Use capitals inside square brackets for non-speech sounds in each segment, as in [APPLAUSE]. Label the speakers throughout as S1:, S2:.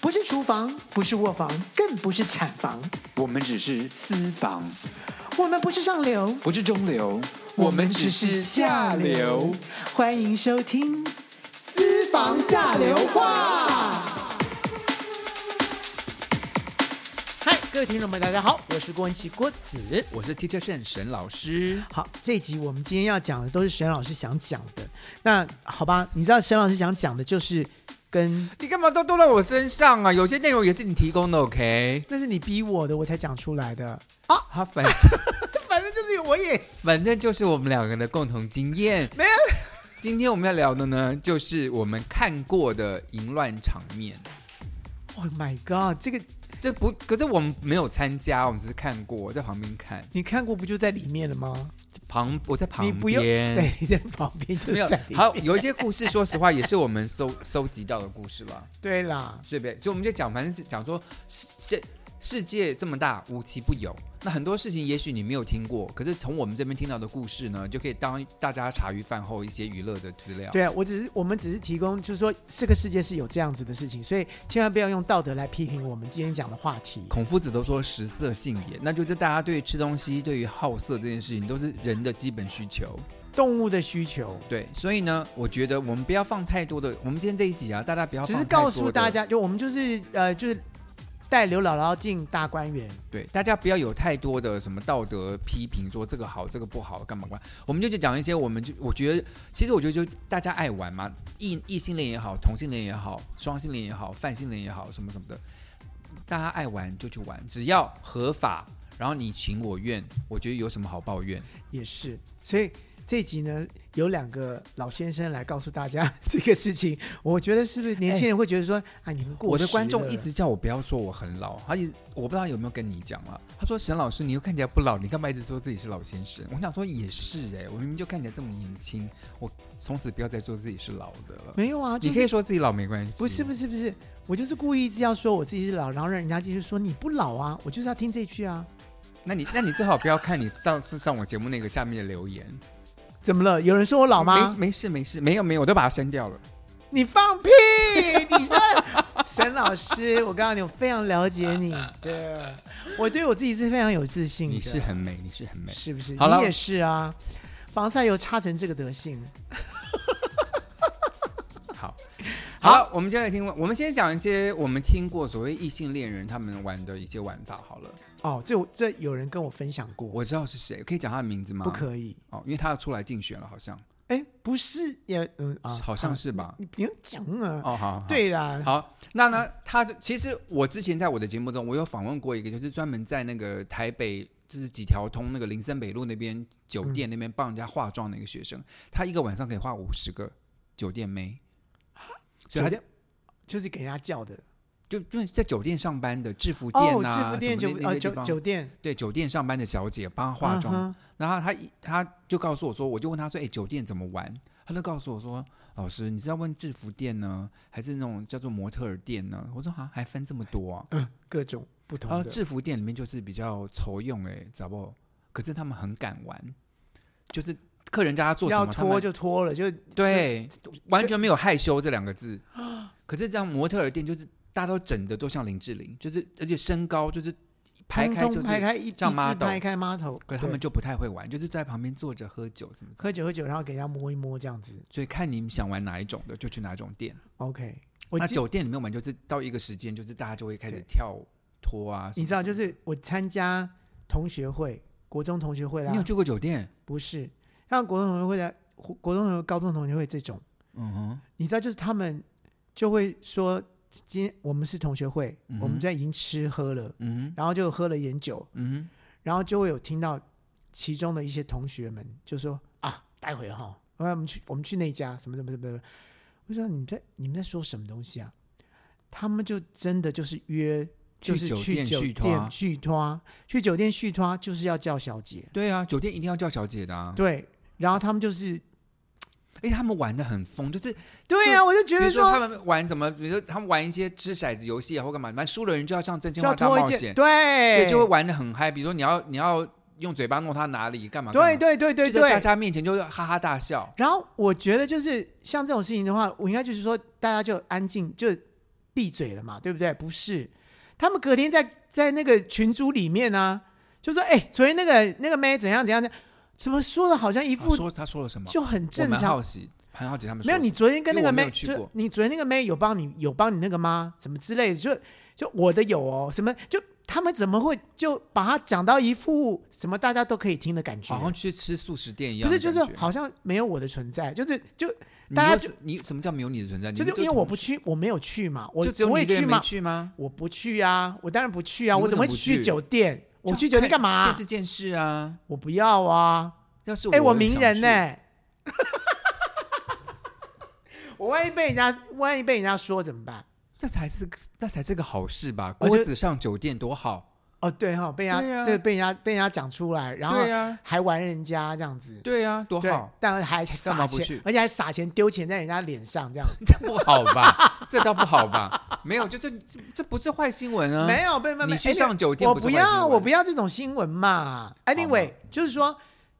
S1: 不是厨房，不是卧房，更不是产房，
S2: 我们只是私房，
S1: 我们不是上流，
S2: 不是中流，我们只是下流。。
S1: 欢迎收听《
S3: 私房下流话。
S1: 嗨，各位听众们，大家好，我是郭文琪郭子。
S2: 我是 Teacher Shen 沈老师，
S1: 好，这集我们今天要讲的都是沈老师想讲的。那好吧，你知道沈老师想讲的就是跟，
S2: 你干嘛都剁到我身上啊？有些内容也是你提供的，OK？
S1: 那是你逼我的，我才讲出来的。
S2: 好，反正
S1: 反正就是我也
S2: 反正就是我们两个人的共同经验。
S1: 没有。
S2: 今天我们要聊的呢，就是我们看过的淫乱场面。
S1: ，Oh my god，这个
S2: 这不，可是我们没有参加，我们只是看过，我在旁边看。
S1: 你看过不就在里面了吗？
S2: 旁我在旁
S1: 你
S2: 边，
S1: 不用，对，你在旁边就
S2: 嗯没有
S1: 在里面。
S2: 好，有一些故事，说实话也是我们搜搜集到的故事了，
S1: 对啦，
S2: 随便，所以我们就讲，反正是讲说世这世界这么大，无奇不有。那很多事情也许你没有听过，可是从我们这边听到的故事呢，就可以当大家茶余饭后一些娱乐的资料。
S1: 对啊，我只是我们只是提供，就是说这个世界是有这样子的事情，所以千万不要用道德来批评我们今天讲的话题。
S2: 孔夫子都说食色性也，那就是大家对于吃东西、对于好色这件事情，都是人的基本需求。
S1: 动物的需求，
S2: 对，所以呢，我觉得我们不要放太多的，我们今天这一集啊，大家不要放
S1: 只是
S2: 太多
S1: 告诉
S2: 的
S1: 大家，就我们就是呃，就是带刘姥姥进大观园。
S2: 对，大家不要有太多的什么道德批评，说这个好，这个不好，干嘛干嘛。我们就去讲一些，我们就我觉得，其实我觉得就大家爱玩嘛，异异性恋也好，同性恋也好，双性恋也好，泛性恋也好，什么什么的，大家爱玩就去玩，只要合法，然后你情我愿，我觉得有什么好抱怨？
S1: 也是，所以这集呢有两个老先生来告诉大家这个事情，我觉得是不是年轻人会觉得说、啊，你们过
S2: 哎我的
S1: 时
S2: 观众
S1: 了
S2: 一直叫我不要说我很老，他一我不知道有没有跟你讲了，他说沈老师你又看起来不老，你干嘛一直说自己是老先生？我想说也是哎、我明明就看起来这么年轻，我从此不要再说自己是老的了。
S1: 没有啊，就
S2: 你
S1: 是、
S2: 可以说自己老没关系，
S1: 不是不
S2: 是，
S1: 是不是，我就是故意一直要说我自己是老，然后让人家继续说你不老啊，我就是要听这句啊，
S2: 那你那你最好不要看你上次上我节目那个下面的留言，
S1: 怎么了？有人说我老吗？
S2: 没没事没事，没有没有，我都把它删掉了。
S1: 你放屁！你们沈老师， [LAUGHS] 我告诉你，我非常了解
S2: [LAUGHS]
S1: 你的，我对我自己是非常有自信的，
S2: 你是很美，你是很美。
S1: 是不是？
S2: 好了
S1: 你也是啊，防晒油擦成这个德性。
S2: 好，好，我们接下来听，我们先讲一些我们听过所谓异性恋人他们玩的一些玩法好了。
S1: 哦，这这有人跟我分享过，
S2: 我知道是谁，可以讲他的名字吗？
S1: 不可以。
S2: 哦，因为他要出来竞选了，好像
S1: 哎，不是也嗯啊，
S2: 好像是吧？
S1: 你不用讲啊。
S2: 哦，好，好，
S1: 对啦，
S2: 好，那呢，他就其实我之前在我的节目中，我有访问过一个，就是专门在那个台北，就是几条通那个林森北路那边酒
S1: 嗯
S2: 店那边帮人家化妆的一个学生，他一个晚上可以化五十个酒店妹，所以他就。
S1: 就是给人家叫的
S2: 就因为在酒店上班的制服店
S1: 哦，
S2: 啊，
S1: 制服店
S2: 什
S1: 酒
S2: 么那那
S1: 呃
S2: 些地
S1: 酒
S2: 方
S1: 酒店
S2: 对酒店上班的小姐帮她化妆，
S1: 嗯哼
S2: 然后他一他就告诉我说，我就问他说，哎、酒店怎么玩？他就告诉我说，老师，你是要问制服店呢，还是那种叫做模特儿店呢？我说啊，还分这么多啊？
S1: 嗯，各种不同
S2: 然后
S1: 的。
S2: 哦制服店里面就是比较愁用哎、欸，知道不？可是他们很敢玩，就是客人叫他做什
S1: 要
S2: 么，他们
S1: 脱就脱了，就
S2: 对，完全没有害羞这两个字。可是这样模特儿店就是大家都整的都像林志玲，就是而且身高就是排
S1: 通
S2: 开
S1: 通
S2: 就是，
S1: 排开一一字
S2: 像 model
S1: 排开 model，
S2: 可是他
S1: 对
S2: 们就不太会玩，就是在旁边坐着喝酒什么的。
S1: 喝酒喝酒，然后给人家摸一摸这样子。
S2: 所以看你们想玩哪一种的，就去哪一种店。
S1: OK，我
S2: 那
S1: 记
S2: 酒店里面玩就是到一个时间，就是大家就会开始跳脱啊。什
S1: 你
S2: 么
S1: 知道，
S2: 什
S1: 就
S2: 么
S1: 是我参加同学会，国中同学会啦
S2: 你有，去过酒店？
S1: 不是像国中同学会的、国中同学、高中同学会这种，
S2: 嗯哼，
S1: 你知道，就是他们就会说，今天我们是同学会，
S2: 嗯哼
S1: 我们在已经吃喝了，
S2: 嗯哼，
S1: 然后就喝了点酒，
S2: 嗯
S1: 然后就会有听到其中的一些同学们就说啊，待会哈，我们去我们去那家什么什么什么什么，我说你在你们在说什么东西啊？他们就真的就是约，
S2: 去
S1: 就是
S2: 酒
S1: 去
S2: 店
S1: 酒
S2: 续
S1: 店
S2: 托
S1: 续托，去酒店续托就是要叫小姐
S2: 哼，，对啊，酒店一定要叫小姐的啊。
S1: 对，然后他们就是
S2: 哎，他们玩的很疯，就是
S1: 对啊呀、我就觉
S2: 比
S1: 得
S2: 如说他们玩什么，比如说他们玩一些掷骰子游戏啊，或干嘛，玩输的人就要上真
S1: 就
S2: 心
S1: 要
S2: 话大
S1: 脱一
S2: 冒
S1: 件，
S2: 险，
S1: 对
S2: 就会玩的很嗨。比如说你要你要用嘴巴弄他哪里干嘛，
S1: 对
S2: 干嘛
S1: 对对对
S2: 就在大
S1: 对。
S2: 家面前就是哈哈大笑。
S1: 然后我觉得就是像这种事情的话，我应该就是说大家就安静，就闭嘴了嘛，对不对？不是，他们隔天在在那个群组里面呢、就说：“哎、昨天那个那个妹怎样怎样怎样，怎么说的好像一
S2: 啊
S1: 副
S2: 说他说了什么？
S1: 就很
S2: 我
S1: 正
S2: 蛮
S1: 常
S2: 好奇，很好奇他们
S1: 没有，
S2: 说
S1: 你
S2: 什
S1: 昨天跟那
S2: 因为
S1: 个
S2: 我没
S1: 妹，
S2: 有去
S1: 就
S2: 过
S1: 你昨天那个妹有帮你有帮你那个吗？什么之类的，就就我的有哦，什么就他们怎么会就把它讲到一副什么大家都可以听的感觉？
S2: 么好像去吃素食店一
S1: 不
S2: 样
S1: 是，
S2: 的
S1: 就
S2: 感
S1: 是
S2: 觉，
S1: 好像没有我的存在，就是就
S2: 你
S1: 大家
S2: 又
S1: 就是
S2: 你什么叫没有你的存在？你
S1: 就是
S2: 们
S1: 因为我
S2: 同
S1: 不去，我没有去嘛，我
S2: 就只有
S1: 我
S2: 你
S1: 也
S2: 一个人
S1: 去
S2: 没
S1: 嘛，
S2: 去吗？
S1: 我不去啊，我当然不去啊，
S2: 你
S1: 我
S2: 为
S1: 怎
S2: 什
S1: 么
S2: 么
S1: 会
S2: 不
S1: 去
S2: 去
S1: 酒店？我
S2: 就
S1: 去酒店
S2: 看
S1: 干嘛
S2: 这？是件事啊！
S1: 我不要啊！
S2: 要是我
S1: 哎、我
S2: 也
S1: 名
S2: 想
S1: 人
S2: 去
S1: 呢、
S2: [LAUGHS]
S1: 我万一被人家万一被人家说怎么办？
S2: 那才是那才是个好事吧？
S1: 我觉
S2: 锅
S1: 得
S2: 子上酒店多好，
S1: 哦，对哈、被人家
S2: 对
S1: 这、
S2: 啊
S1: 被人家被人家讲出来，然后
S2: 对呀，
S1: 还玩人家这样子，
S2: 对呀，多
S1: 对
S2: 好，
S1: 但还撒
S2: 干嘛不
S1: 钱
S2: 去，
S1: 而且还撒钱丢钱在人家脸上这样，
S2: 这不好吧？这倒不好吧？没有，就是这这不是坏新闻啊！
S1: 没有被被
S2: 你
S1: 被
S2: 去
S1: anyway，
S2: 上酒店
S1: 我
S2: 不是
S1: 不
S2: 坏新
S1: 要
S2: 闻
S1: 我不要这种新闻嘛。Anyway，
S2: 嘛
S1: 就是说，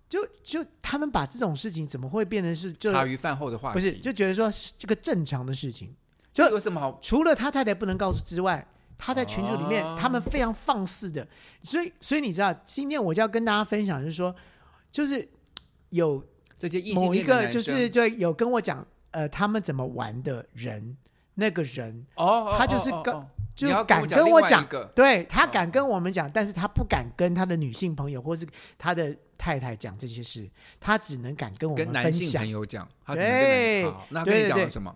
S1: 就就他们把这种事情怎么会变成是就
S2: 茶余饭后的话题，
S1: 不是就觉得说是这个正常的事情，就
S2: 这有什么好？
S1: 除了他太太不能告诉之外，他在群组里面、
S2: 哦
S1: 他们非常放肆的，所以所以你知道，今天我就要跟大家分享，就是说，就是有
S2: 这些异性
S1: 某一
S2: 恋的
S1: 个
S2: 男
S1: 就
S2: 生
S1: 是就有跟我讲，呃，他们怎么玩的人，那个人
S2: 哦，哦
S1: 他就是
S2: 哦
S1: 跟
S2: 哦
S1: 就
S2: 你要
S1: 敢
S2: 跟
S1: 跟我
S2: 讲另外
S1: 讲
S2: 一个，
S1: 对他
S2: 哦
S1: 敢跟我们讲，但是他不敢跟他的女性朋友或是他的太太讲这些事，他只能敢跟我
S2: 跟
S1: 们
S2: 男
S1: 分
S2: 性
S1: 享
S2: 朋。友讲，他只能
S1: 对
S2: 跟男好，那他跟
S1: 对对
S2: 你讲了
S1: 对
S2: 什么？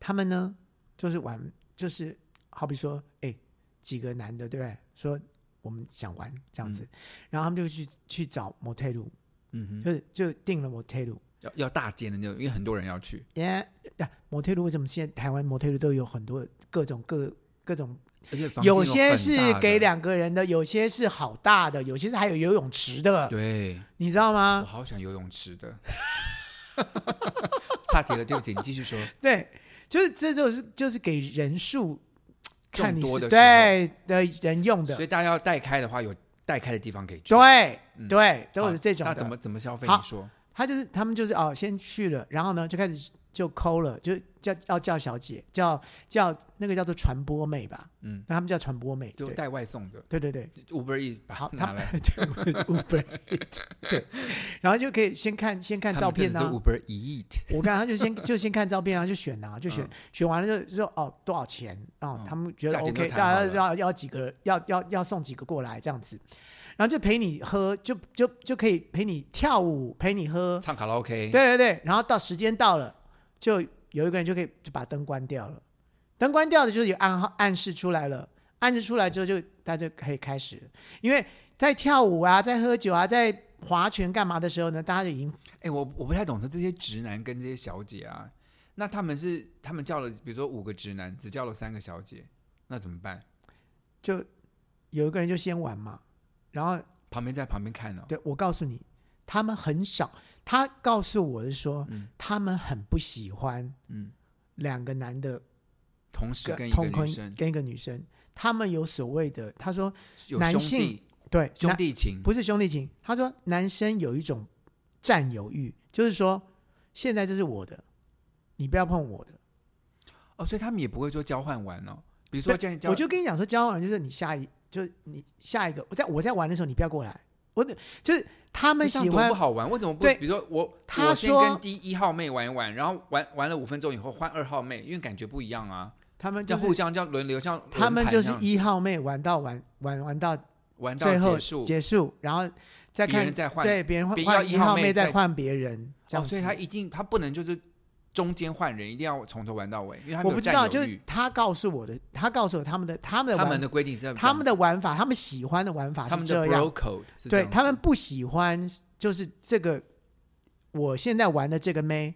S1: 他们呢，就是玩，就是好比说，哎、几个男的，对不对？说我们想玩这样子，然后他们就去去找 motel room，
S2: 嗯哼，
S1: 就是就订了 motel room。
S2: 要要大间的那种，因为很多人要去，
S1: 耶、呀 motel room 为什么现在台湾 motel room 都有很多各种各各种，
S2: 而且房间
S1: 有些
S2: 很
S1: 是
S2: 大的
S1: 给两个人的，有些是好大的，有些是还有游泳池的，
S2: 对，
S1: 你知道
S2: 我
S1: 吗？
S2: 好想游泳池的。 [LAUGHS] 岔题了，对不起，你继续说。
S1: 对，就是这就是就是给人数
S2: 众
S1: 看你
S2: 多
S1: 是
S2: 的时候
S1: 对的人用的
S2: 所以，大家要带开的话，有带开的地方可以去。
S1: 对、
S2: 嗯
S1: 对，都
S2: 好
S1: 是这种
S2: 那
S1: 的。
S2: 怎么怎么消费？
S1: 好
S2: 你说
S1: 他就是他们就是哦，先去了，然后呢就开始就抠了，就叫要叫小姐，叫叫那个叫做传播妹吧，
S2: 嗯，
S1: 那他们叫传播妹，
S2: 就
S1: 对
S2: 带外送的
S1: 对对对，
S2: Uber E 把它
S1: 好，他
S2: 拿
S1: 们
S2: 来
S1: [LAUGHS] 对 Uber Eats，对，然后就可以先看先看照片
S2: 他们
S1: 啊
S2: 真，的是 Uber Eat，
S1: 我刚刚就先 [LAUGHS] 就先看照片啊，就选啊，就选、
S2: 嗯
S1: 选完了就就说哦多少钱哦
S2: 嗯，
S1: 他们觉得
S2: 价钱都
S1: OK，
S2: 谈
S1: 大
S2: 好
S1: 家
S2: 了
S1: 要要几个要要要送几个过来这样子，然后就陪你喝，就就就可以陪你跳舞，陪你喝，
S2: 唱卡拉 OK，
S1: 嗯对对对，然后到时间到了，就有一个人就可以就把灯关掉了，灯关掉了就是有暗号暗示出来了，暗示出来之后就大家就可以开始了，因为在跳舞啊，在喝酒啊，在划拳干嘛的时候呢，大家就已经
S2: 哎，我我不太懂得这些直男跟这些小姐啊，那他们是他们叫了，比如说五个直男，只叫了三个小姐，那怎么办？
S1: 就有一个人就先玩嘛，然后
S2: 旁边在旁边看哦，
S1: 对我告诉你，他们很少，他告诉我是说，
S2: 嗯
S1: 他们很不喜欢
S2: 嗯，
S1: 两个男的
S2: 同时跟一个
S1: 同
S2: 女
S1: 婚
S2: 生
S1: 跟一个女生，他们有所谓的，他说
S2: 有
S1: 男
S2: 兄
S1: 性
S2: 弟
S1: 对
S2: 兄
S1: 男
S2: 弟情，
S1: 不是兄弟情，他说男生有一种占有欲，就是说现在这是我的，你不要碰我的。
S2: 哦，所以他们也不会说交换玩哦。比如说这样交，
S1: 我就跟你讲说，交往就是你下一，就是你下一个，我在我在玩的时候，你不要过来。我的就是他
S2: 他
S1: 们喜欢
S2: 不，好玩，为什么不？
S1: 对
S2: 比如说我，
S1: 他
S2: 我先
S1: 说
S2: 跟第一号妹玩一玩，然后玩玩了五分钟以后换二号妹，因为感觉不一样啊，
S1: 他们就
S2: 要
S1: 是
S2: 互相这样轮流，像
S1: 他们
S2: 轮盘
S1: 就是
S2: 这样
S1: 一号妹玩到玩玩玩到
S2: 玩到
S1: 最后
S2: 结束，
S1: 结束，然后再
S2: 别
S1: 看
S2: 人再换。
S1: 对别人换
S2: 别人要
S1: 换
S2: 一
S1: 一
S2: 号
S1: 号
S2: 妹
S1: 妹再
S2: 再
S1: 换别人，这
S2: 哦，
S1: 样
S2: 所以
S1: 子
S2: 他一定他不能就是中间换人，一定要从头玩到尾，因为他们
S1: 我
S2: 有
S1: 不知
S2: 占
S1: 道，
S2: 有
S1: 就是
S2: 欲
S1: 他告诉我的，他告诉我他们的他们的
S2: 他
S1: 玩
S2: 们的规定是这样
S1: 他们的玩法，他们喜欢的玩法是
S2: 他们
S1: 这
S2: 的
S1: 样
S2: bro，code 是这
S1: 对
S2: 样
S1: 他
S2: 子
S1: 们不喜欢就是这个我现在玩的这个妹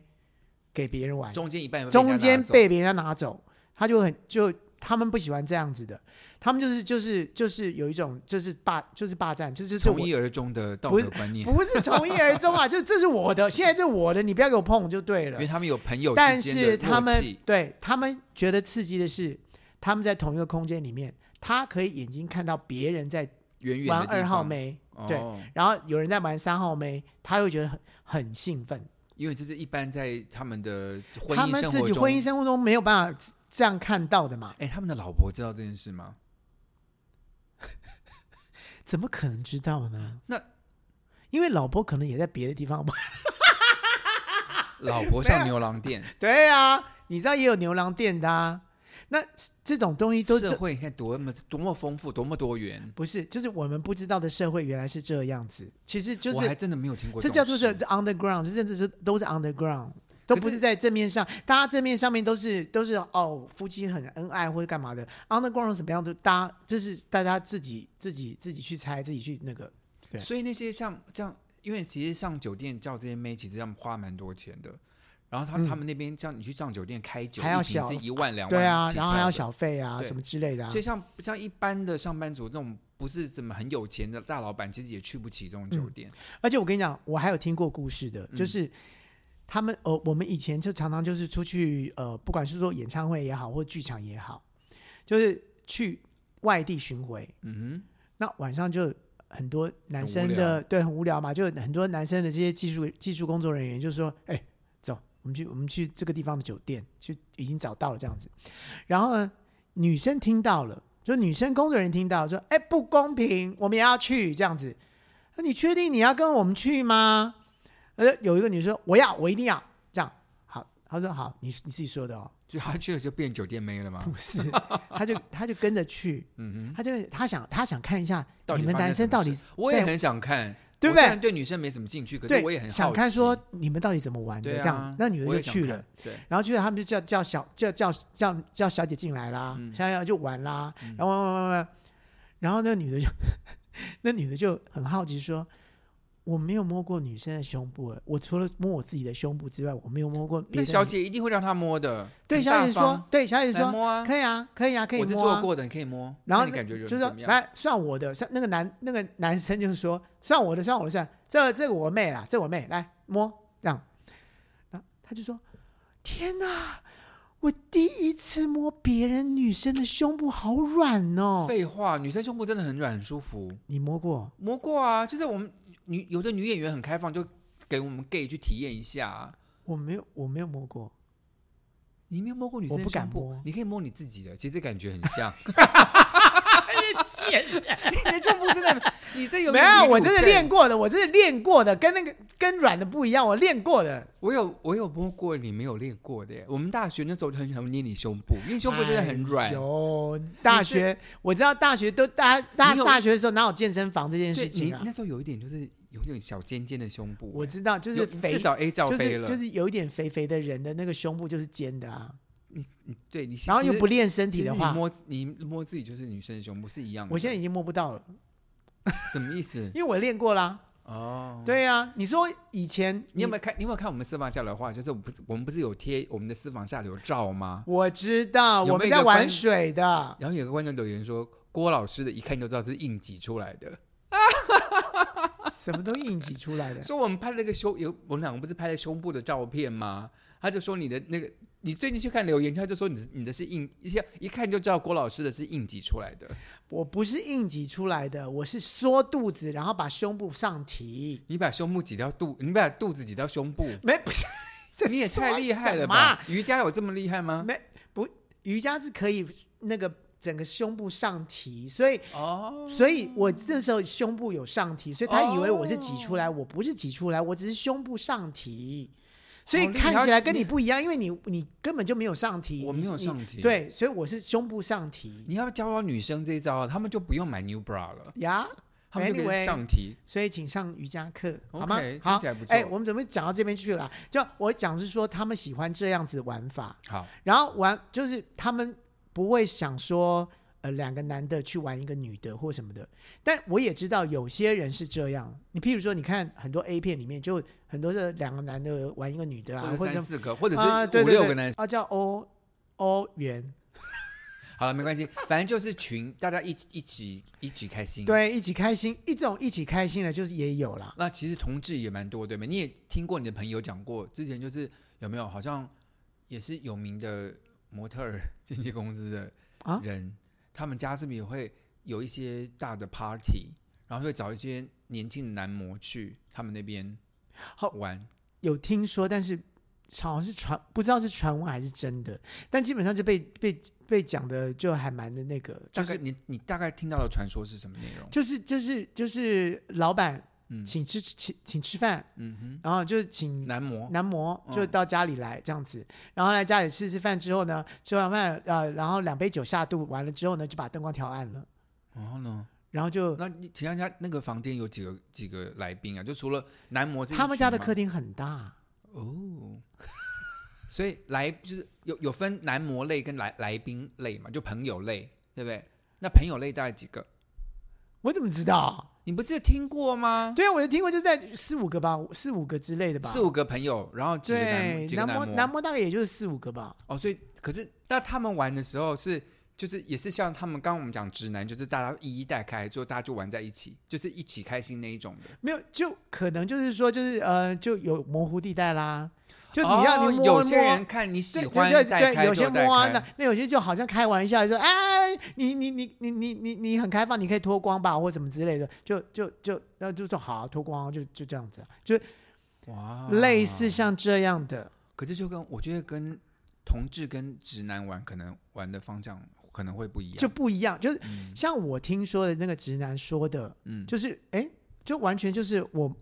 S1: 给别人玩，
S2: 中间一半被人家
S1: 中间
S2: 拿走
S1: 被别人家拿走，他就很就他们不喜欢这样子的，他们就是就是就是有一种就是霸就是霸占，就是就是
S2: 从
S1: 我
S2: 一而终的道
S1: 不是
S2: 德观念，
S1: 不是从一而终啊， [LAUGHS] 就这是我的，现在这是我的，你不要给我碰就对
S2: 因
S1: 了
S2: 为。他们有朋友
S1: 但
S2: 之间
S1: 是
S2: 的
S1: 他
S2: 默
S1: 们
S2: 契
S1: 对他们觉得刺激的是，他们在同一个空间里面，他可以眼睛看到别人在
S2: 远远的
S1: 玩
S2: 地
S1: 二号
S2: 方
S1: 妹，对
S2: 哦
S1: 然后有人在玩三号妹，他会觉得很很兴奋。
S2: 因为这是一般在他们的婚
S1: 他
S2: 姻
S1: 们
S2: 生
S1: 自
S2: 活
S1: 己
S2: 中，
S1: 婚姻生活中没有办法这样看到的嘛？
S2: 哎，他们的老婆知道这件
S1: [LAUGHS]
S2: 事吗？
S1: 怎么可能知道呢？
S2: 那
S1: 因为老婆可能也在别的地
S2: [LAUGHS]
S1: 方嘛。
S2: 老婆上牛郎店，
S1: 对啊，你知道也有牛郎店的啊。那这种东西都
S2: 社会你看多么多么丰富，多么多元，
S1: 不是，就是我们不知道的社会原来是这样子。其实就
S2: 我还
S1: 是
S2: 真的没有听过
S1: 这
S2: 种事。
S1: 叫做是 underground，这真的是都是 underground，都不
S2: 可是
S1: 是在正面上。大家正面上面都是都是哦，夫妻很恩爱或者干嘛的。underground 是怎么样都大家这是大家自己自己自己去猜，自己去那个。对
S2: 所以那些像这样，因为其实上酒店叫这些妹，其实他们花蛮多钱的。然后他、
S1: 嗯
S2: 他们那边像你去上酒店开酒，
S1: 还要
S2: 一瓶
S1: 小
S2: 是一万两万，
S1: 对啊，然后还要
S2: 小。
S1: 小费啊
S2: 对
S1: 什么之类的、啊
S2: 所以。像像一般的上班族这种不是怎么很有钱的大老板，其实也去不起这种酒
S1: 嗯
S2: 店。
S1: 而且我跟你讲，我还有听过故事的，
S2: 嗯
S1: 就是他们呃，我们以前就常常就是出去呃，不管是说演唱会也好，或剧场也好，就是去外地巡回。
S2: 嗯
S1: 那晚上就很多男生
S2: 很无
S1: 的对很无聊嘛，就很多男生的这些技术技术工作人员就说：“哎、走，我们去我们去这个地方的酒店，去已经找到了这样子。”然后呢，女生听到了，就女生工作人员听到说：“哎、不公平，我们也要去这样子。”那你确定你要跟我们去吗？呃，有一个女生说：“我要，我一定要。”这样好，她说：“好，你你自己说的哦， [LAUGHS]
S2: 哼，就他去了就变酒店妹了吗？
S1: 不是。”她就她就跟着去，
S2: 嗯
S1: 她就她想她想看一下
S2: 到底
S1: 你们
S2: 发生
S1: 男
S2: 什
S1: 生
S2: 么
S1: 到
S2: 事
S1: 底
S2: 哼，我也
S1: 在
S2: 很想看，
S1: 对不
S2: 我虽
S1: 对
S2: 然？对女生没什么兴趣，可
S1: 对，
S2: 是我也很好
S1: 想看
S2: 奇
S1: 说你们到底怎么玩的
S2: 对
S1: 这
S2: 啊
S1: 样。，那女的
S2: 我
S1: 就
S2: 也想
S1: 去
S2: 看
S1: 了，，
S2: 对，
S1: 然后去了他们就叫叫小叫叫叫叫小姐进来啦，
S2: 嗯
S1: 想要就玩啦
S2: 嗯，
S1: 然后玩玩玩玩，然后那个女的就 [LAUGHS] 那女的就很好奇说。我没有摸过女生的胸部，我除了摸我自己的胸部之外，我没有摸过别
S2: 那
S1: 的。
S2: 小姐一定会让他摸的。
S1: 对
S2: 很
S1: 小
S2: 大
S1: 姐说
S2: 方，，
S1: 对小姐
S2: 来
S1: 说，
S2: 摸啊，
S1: 可以啊，可以啊，可以
S2: 我是
S1: 摸
S2: 做
S1: 啊。
S2: 过的，你可以摸。
S1: 然后
S2: 那你感觉
S1: 就
S2: 就是怎
S1: 说
S2: 么，样？
S1: 来算我的，算那个男那个男生就是说，算我的，算我的，算这这个我妹啦，这我妹来摸这样，然后他就说：“天哪，我第一次摸别人女生的胸部，好软哦！
S2: 废话，女生胸部真的很软，很舒服。
S1: 你摸过？
S2: 摸过啊，就是我们女有的女演员很开放，就给我们 gay 去体验一下啊、
S1: 我没有，我没有摸过。
S2: 你没有摸过女生的
S1: 我不敢
S2: 胸部
S1: 摸
S2: 你可以摸你自己的，其实感觉很
S1: [LAUGHS]
S2: 像。
S1: 贱，
S2: 你的胸部真的，你这有
S1: 没
S2: 有
S1: 有，
S2: 耻
S1: 我真的
S2: 症
S1: 练，过的，我真的练过的，跟那个跟软的不一样，我练过的。
S2: 我有我有摸过你没有练过的耶。我们大学那时候就很喜欢捏你胸部，因为胸部真的很软。
S1: 有大学，我知道大学都大家大
S2: 你有
S1: 家大学的时候哪有健身房这件事
S2: 对你
S1: 情啊？
S2: 那时候有一点就是有点小尖尖的胸部耶，
S1: 我知道，就是
S2: 有
S1: 肥，
S2: 至少 A 罩
S1: 就
S2: 杯
S1: 是
S2: 了。
S1: 就是有一点肥肥的人的那个胸部就是尖的啊，
S2: 对你，
S1: 然后又
S2: 其实
S1: 不练身
S2: 其
S1: 体
S2: 实
S1: 的
S2: 你
S1: 话，
S2: 摸你摸自己就是女生的胸部是一样的。
S1: 我现在已经摸不到了，
S2: 什么
S1: [LAUGHS]
S2: 意思？
S1: 因为我练过啦。
S2: 哦，
S1: 对啊，你说以前
S2: 你有没有看？你有没有看我们私房下流的话？就是我们不是我们不是有贴我们的私房下流照吗？
S1: 我知道
S2: 有没有
S1: 我们
S2: 一
S1: 在
S2: 个关
S1: 玩水的，
S2: 然后有个观众留言说，郭老师的一看就知道是硬挤出来的， [LAUGHS]。
S1: 什么都硬挤出来的
S2: 说我们拍了个胸，有我们两个不是拍了胸部的照片吗？他就说你的那个，你最近去看留言，他就说你的你的是硬，一下一看就知道郭老师的是硬挤出来的。
S1: 我不是硬挤出来的，我是缩肚子，然后把胸部上提。
S2: 你把胸部挤到肚，你把肚子挤到胸部，
S1: 没，不是， [LAUGHS] 这
S2: 你也
S1: 说
S2: 太厉害了
S1: 什
S2: 吧
S1: 么？？啊
S2: 瑜伽有这么厉害吗？
S1: 没不，瑜伽是可以那个整个胸部上提，所以
S2: 哦，
S1: 所以我那时候胸部有上提，所以他以为我是挤出
S2: 哦
S1: 来，我不是挤出来，我只是胸部上提，所以
S2: 哦好厉害
S1: 看起来跟你不一样，因为你你根本就没有上提，
S2: 我没有
S1: 你
S2: 上提
S1: 你对，所以我是胸部上提
S2: 你要教教女生这一招啊，她们就不用买 new bra 了，
S1: 呀。
S2: 她们就可
S1: Anyway
S2: 以上提。
S1: 所以请上瑜伽课，好
S2: OK，
S1: 吗
S2: 听？
S1: 好
S2: 起来不，错
S1: 哎、我们怎么讲到这边去了？就我讲是说他们喜欢这样子玩法，
S2: 好，
S1: 然后玩就是他们不会想说，呃，两个男的去玩一个女的或什么的。但我也知道有些人是这样，你譬如说，你看很多 A 片里面就很多是两个男的玩一个女的啊，
S2: 或
S1: 或者
S2: 者三
S1: 什
S2: 四个，或者
S1: 么啊，
S2: 是
S1: 对
S2: 五
S1: 对
S2: 六
S1: 对，
S2: 个男生。
S1: 啊，叫欧欧元，
S2: 好了，没
S1: [LAUGHS]
S2: 关系，反正就是群，大家一起一起一起开心。，
S1: 对，一起开心，一种一起开心的，就是也有啦。
S2: 那其实同志也蛮多，对吗？你也听过你的朋友讲过，之前就是有没有好像也是有名的模特儿经纪公司的
S1: 啊
S2: 人，他们家是不是也会有一些大的 party，然后会找一些年轻的男模去他们那边
S1: 好
S2: 玩？
S1: 有听说，但是好像是传，不知道是传闻还是真的，但基本上就被被被讲的就还蛮的那个，就
S2: 大概
S1: 是
S2: 你你大概听到的传说是什么内容？
S1: 就是就是就是老板
S2: 嗯
S1: 请吃请请吃饭，
S2: 嗯哼，
S1: 然后就是请
S2: 男模
S1: 男模
S2: 嗯
S1: 就到家里来这样子，然后来家里吃吃饭之后呢，吃完饭呃，然后两杯酒下肚完了之后呢，就把灯光调暗了，
S2: 然后呢？
S1: 然后就
S2: 那你请人家那个房间有几个几个来宾啊？就除了男模这一
S1: 他们家的
S2: 群吗
S1: 客厅很大，
S2: 哦，所以来就是有有分男模类跟来来宾类嘛，就朋友类，对不对？那朋友类大概几个？
S1: 我怎么知道？
S2: 你不是有听过吗？
S1: 对啊，我就听过就是在四五个吧，四五个之类的吧，
S2: 四五个朋友，然后几个
S1: 对
S2: 男几个
S1: 男
S2: 男模
S1: 男模大概也就是四五个吧，
S2: 哦，所以可是那他们玩的时候是就是也是像他们刚刚我们讲直男，就是大家一一带开，之后大家就玩在一起，就是一起开心那一种的。
S1: 没有就可能就是说就是呃就有模糊地带啦，就
S2: 哦
S1: 你要你摸
S2: 有
S1: 摸。
S2: 些人看你喜
S1: 对
S2: 欢
S1: 对
S2: 带
S1: 对
S2: 开
S1: 对，有些
S2: 就带
S1: 摸啊，那
S2: 开，
S1: 那有些就好像开玩笑说，哎，你你你你你你你很开放，你可以脱光吧，或什么之类的，就就就那就说好啊、脱光啊、就就这样子啊，就啊
S2: 哇
S1: 类似像这样的，
S2: 可是就跟我觉得跟同志跟直男玩，可能玩的方向可能会不一样。
S1: 就不一样，就是
S2: 嗯
S1: 像我听说的那个直男说的，
S2: 嗯，就
S1: 就是哎，就完全就是我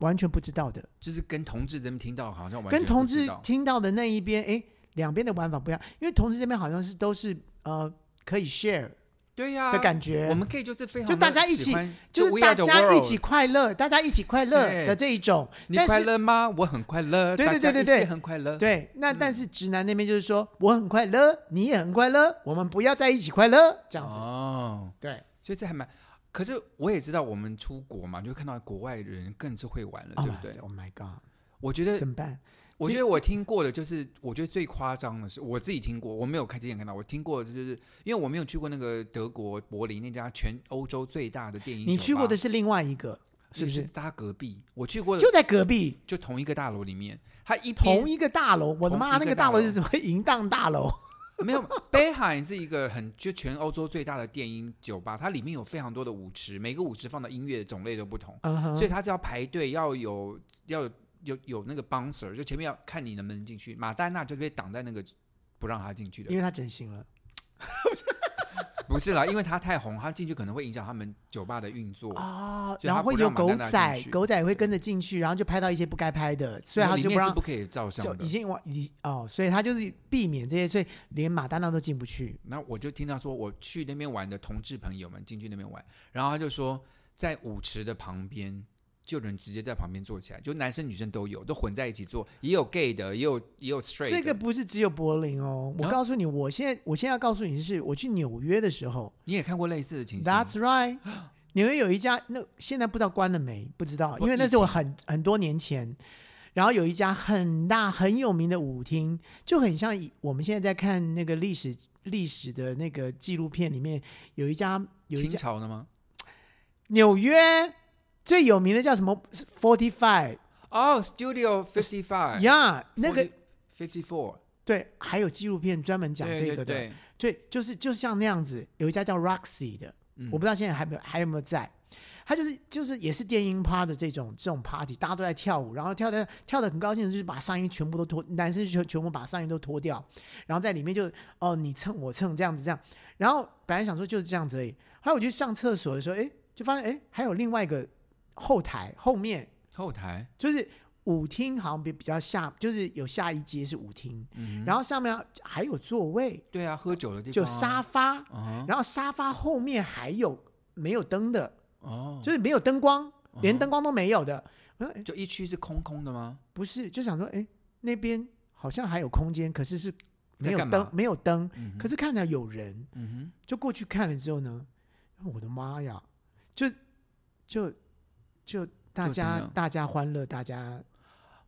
S1: 完全不知道的，
S2: 就是跟同志这边听到好像完全
S1: 跟同
S2: 不知
S1: 志
S2: 道
S1: 听到的那一边，哎，两边的玩法不一样，因为同志这边好像是都是呃可以 share
S2: 对呀
S1: 的感觉，
S2: 我们可以就是非常
S1: 就
S2: 地
S1: 大家一
S2: 喜
S1: 起
S2: 欢
S1: 就是
S2: We
S1: 大
S2: Are the
S1: 家一
S2: World
S1: 起快乐，大家一起快乐
S2: 对
S1: 的这一种。
S2: 你
S1: 但
S2: 快
S1: 是
S2: 乐吗？我很快乐，
S1: 对对
S2: 大家
S1: 对对
S2: 一起
S1: 对
S2: 很快乐。
S1: 对，那
S2: 嗯
S1: 但是直男那边就是说，我很快乐，你也很快乐，我们不要在一起快乐这样子。
S2: 哦，
S1: 对，
S2: 所以这还蛮。可是我也知道，我们出国嘛，就看到国外人更是会玩了，
S1: Oh
S2: 对
S1: my
S2: 不对？
S1: ？Oh my god！
S2: 我觉得
S1: 怎么办？
S2: 我
S1: 这
S2: 觉得我听过的就是，我觉得最夸张的是我自己听过，我没有看亲眼看到，我听过的就是，因为我没有去过那个德国柏林那家全欧洲最大的电影酒吧，
S1: 你去过的是另外一个，是不
S2: 是
S1: 是？
S2: 搭隔壁？我去过的
S1: 就在隔壁
S2: 就同一个大楼里面，它一边
S1: 同一个大楼，我的妈，
S2: 同一个
S1: 那个大楼
S2: 大楼
S1: 是什么淫荡大楼？
S2: 没有北海是一个很就全欧洲最大的电音酒吧，它里面有非常多的舞池，每个舞池放的音乐种类都不同，
S1: 嗯哼 [LAUGHS]
S2: 所以它是要排队，要有要有有有那个 bouncer，就前面要看你能不能进去。马丹娜就被挡在那个不让他进去的
S1: 因，为他整形了，
S2: [LAUGHS] 不是啦，因为他太红，他进去可能会影响他们酒吧的运作。
S1: 哦，
S2: 所以
S1: 然
S2: 他
S1: 后会
S2: 不
S1: 有
S2: 让
S1: 狗
S2: 马丹娜
S1: 仔
S2: 进，去
S1: 狗仔会跟着进去，然后就拍到一些不该拍的，所以
S2: 那
S1: 他
S2: 里
S1: 就
S2: 面
S1: 不让
S2: 是不可以照
S1: 就
S2: 相的
S1: 已。经完已哦，所以他就是避免这些，所以连马丹娜都进不去。
S2: 那我就听到说，我去那边玩的同志朋友们进去那边玩，然后他就说，在舞池的旁边，就有人直接在旁边坐起来，就男生女生都有，都混在一起坐，也有 gay 的，也有也有 straight
S1: 这个
S2: 的
S1: 不是只有柏林哦，我
S2: 啊
S1: 告诉你，我现在我现在要告诉你的是，我去纽约的时候
S2: 你也看过类似的情形
S1: ，That's right，纽约有一家，那现在不知道关了没，不知道，
S2: 不
S1: 因为那
S2: 疫
S1: 是我
S2: 情
S1: 很很多年前。然后有一家很大很有名的舞厅，就很像以我们现在在看那个历史历史的那个纪录片里面，有一家有一
S2: 清
S1: 家
S2: 朝的吗？
S1: 纽约最有名的叫什么 Forty Five
S2: 哦、s t u d i o Fifty Five，
S1: 呀，那个
S2: Fifty Four
S1: 对，还有纪录片专门讲这个的，
S2: 对对
S1: 对就是就像那样子，有一家叫 Roxy 的，
S2: 嗯
S1: 我不知道现在还没有还有没有在，他就是就是也是电音趴的这种这种 party，大家都在跳舞，然后跳的跳的很高兴的，就是把上衣全部都脱，男生全全部把上衣都脱掉，然后在里面就哦你蹭我蹭这样子这样，然后本来想说就是这样子而已，后来我去上厕所的时候，哎，就发现哎还有另外一个后台后面
S2: 后台，
S1: 就是舞厅好像比比较下，就是有下一阶是舞厅，然后上面还有座位，
S2: 对啊，喝酒的嗯地方
S1: 就
S2: 啊
S1: 沙，发，
S2: 啊
S1: 然后沙发后面还有没有灯的，
S2: 哦，
S1: 就是没有灯光，连
S2: 嗯
S1: 灯光都没有的。我说诶
S2: 就一区是空空的吗？
S1: 不是，就想说，哎，那边好像还有空间，可是是没有
S2: 在干
S1: 灯
S2: 嘛，
S1: 没有灯，
S2: 嗯哼
S1: 可是看起来有人，
S2: 嗯
S1: 就过去看了之后呢，我的妈呀，就就就大
S2: 就怎
S1: 家
S2: 样
S1: 大家欢乐，大家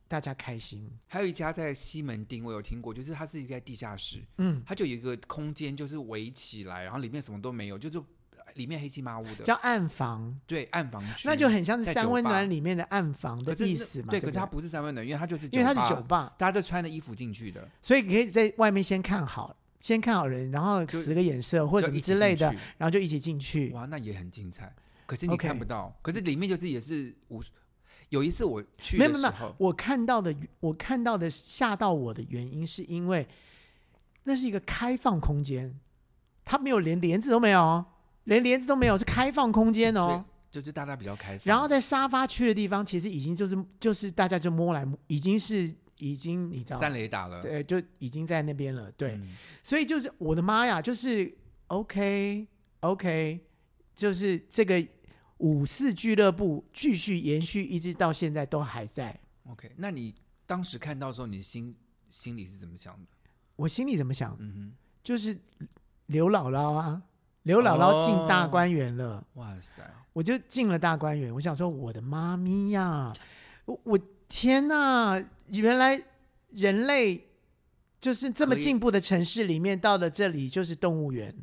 S1: 大家开心
S2: 哼，，还有一家在西门町，我有听过，就是它是一个在地下室，
S1: 嗯，
S2: 它就有一个空间，就是围起来，然后里面什么都没有，就是哎里面黑漆麻乌的，
S1: 叫暗房。
S2: 对，暗房区，
S1: 那就很像是
S2: 在
S1: 三
S2: 酒
S1: 温
S2: 吧
S1: 暖里面的暗房的
S2: 可是那
S1: 意思嘛，
S2: 对，
S1: 对
S2: 可
S1: 不
S2: 是它
S1: 对，
S2: 不是三温暖，因为它就是
S1: 因为它是酒
S2: 吧，
S1: 吧，
S2: 大家都穿着衣服进去的，
S1: 所以你可以在外面先看好，先看好人，然后
S2: 就
S1: 使个眼色或
S2: 或
S1: 者
S2: 者
S1: 什么之类的，
S2: 去，
S1: 然后就一起进去。
S2: 哇，那也很精彩。可是你
S1: OK
S2: 看不到可是里面就是也是无，有一次我去
S1: 没
S2: 的
S1: 有没
S2: 时
S1: 有，
S2: 候，
S1: 我看到的，我看到的吓到我的原因是因为那是一个开放空间，它没有连帘子都没有哦，连帘子都没
S2: 嗯
S1: 有，是开放空间
S2: 所以
S1: 哦。
S2: 就是大家比较开放。
S1: 然后在沙发区的地方，其实已经就是就是大家就摸来摸，已经是已经你知道
S2: 三
S1: 吗，
S2: 雷打了，
S1: 对，就已经在那边了。对，
S2: 嗯
S1: 所以就是我的妈呀，就是 OK OK，就是这个五四俱乐部继续延续一直到现在都还在。
S2: OK，那你当时看到的时候，你心心里是怎么想的？
S1: 我心里怎么想？
S2: 嗯
S1: 就是刘姥姥啊，刘姥姥进大
S2: 哦
S1: 观园了，
S2: 哼，哇塞，
S1: 我就进了大观园。我想说，我的妈咪呀、我我天哪！原来人类就是这么
S2: 可以
S1: 进步的城市里面，到了这里就是动物园。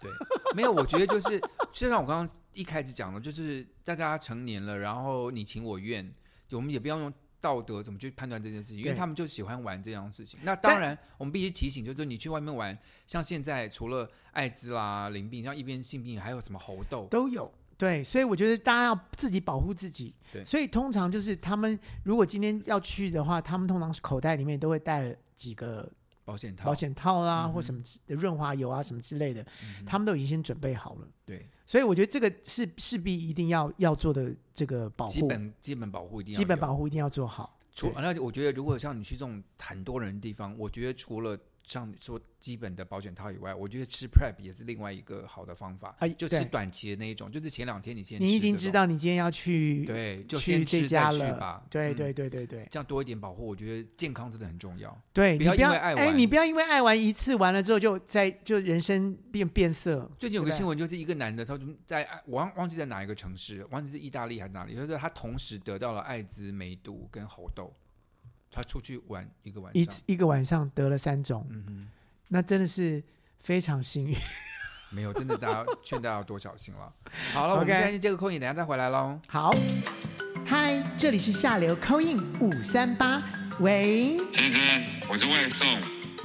S2: 对，没有，我觉得就是 [LAUGHS] 就像我刚刚一开始讲的，就是大家成年了，然后你情我愿，我们也不要用道德怎么去判断这件事情，因为
S1: 对
S2: 他们就喜欢玩这样的事情。那
S1: 但
S2: 当然，我们必须提醒，就是你去外面玩，像现在除了艾滋啦、淋病，像一边性病，还有什么猴痘，
S1: 都有。对，所以我觉得大家要自己保护自己。
S2: 对
S1: 所以通常就是他们如果今天要去的话，他们通常口袋里面都会带了几个
S2: 保险套，
S1: 保险套啦、
S2: 嗯哼
S1: 或什么之润滑油啊什么之类的，
S2: 嗯哼嗯
S1: 他们都已经先准备好了。
S2: 对
S1: 所以我觉得这个是势必一定要要做的这个保护，
S2: 基本基本保护一定要
S1: 基本
S2: 有
S1: 保护一定要做好。
S2: 除
S1: 对
S2: 那我觉得，如果像你去这种很多人的地方，我觉得除了像你说基本的保险套以外，我觉得吃 prep 也是另外一个好的方法，
S1: 啊
S2: 就
S1: 对
S2: 吃短期的那一种，就是前两天你先吃
S1: 你已经
S2: 这
S1: 知
S2: 种，
S1: 道你今天要去，
S2: 对，就
S1: 去
S2: 先
S1: 这
S2: 吃
S1: 家
S2: 再去
S1: 了
S2: 吧，
S1: 对
S2: 嗯
S1: 对对对对
S2: 这样多一点保护，我觉得健康真的很重要。
S1: 对，你
S2: 不要
S1: 不要
S2: 因为爱
S1: 哎，
S2: 玩
S1: 你不要因为爱玩一次完了之后就在就人生变变色，
S2: 最近有
S1: 对
S2: 个
S1: 不对
S2: 新闻，就是一个男的，他就在我忘忘记在哪一个城市，忘记是意大利还是哪里，就是他同时得到了艾滋、梅毒跟猴痘，他出去玩一个晚
S1: 一
S2: 上，
S1: 一个晚上得了三种，
S2: 嗯哼。
S1: 那真的是非常幸运。
S2: 没有，真的，大家 [LAUGHS] 劝大家要多小心了。好了，我们
S1: OK
S2: 现在是这个空，你等一下再回来喽。
S1: 好，嗨，这里是下流 c 印五三八，喂，
S4: 先生，我是外送，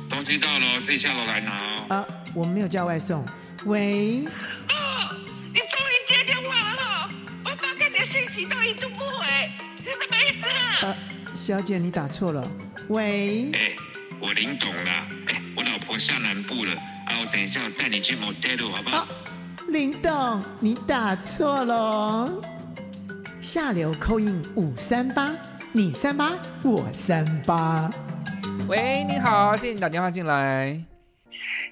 S4: 东西到了哦自己下楼来拿哦。
S1: 呃，我们没有叫外送，喂，
S5: 哦，你终于接电话了哈、我发给你的信息都一度不回，是什么意思啊？
S1: 呃，小姐你打错了，喂。
S4: 哎、我林董啦，哎、我老婆下南部了，啊，我等一下我带你去 motel 好不好？
S1: 啊林董，你打错喽！下流扣印五三八，你三八，我三八。
S2: 喂，你好，谢谢你打电话进来。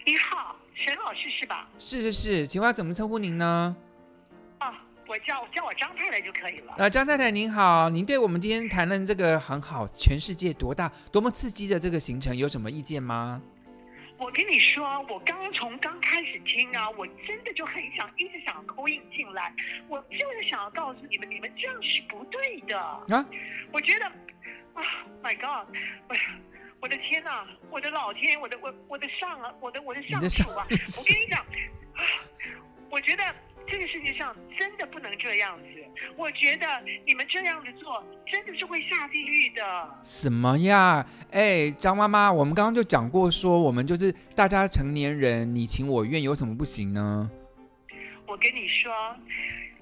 S5: 你好，沈老师是吧？
S2: 是是是，请问要怎么称呼您呢？
S5: 啊，我叫叫我张太太就可以了。
S2: 呃，张太太您好，您对我们今天谈论这个很好，全世界多大、多么刺激的这个行程有什么意见吗？
S5: 我跟你说，我刚从刚开始听啊，我真的就很想一直想扣印进来，我就是想要告诉你们，你们这样是不对的。
S2: 啊，
S5: 我觉得，啊，My God，我我的天呐，我的老天，我的我我的上啊，我的我的上
S2: 你的上
S5: 主啊！我跟你讲，啊，我觉得这个世界上真的不能这样子。我觉得你们这样子做，真的是会下地狱的。
S2: 什么呀？哎，张妈妈，我们刚刚就讲过说，我们就是大家成年人，你情我愿，有什么不行呢？
S5: 我跟你说，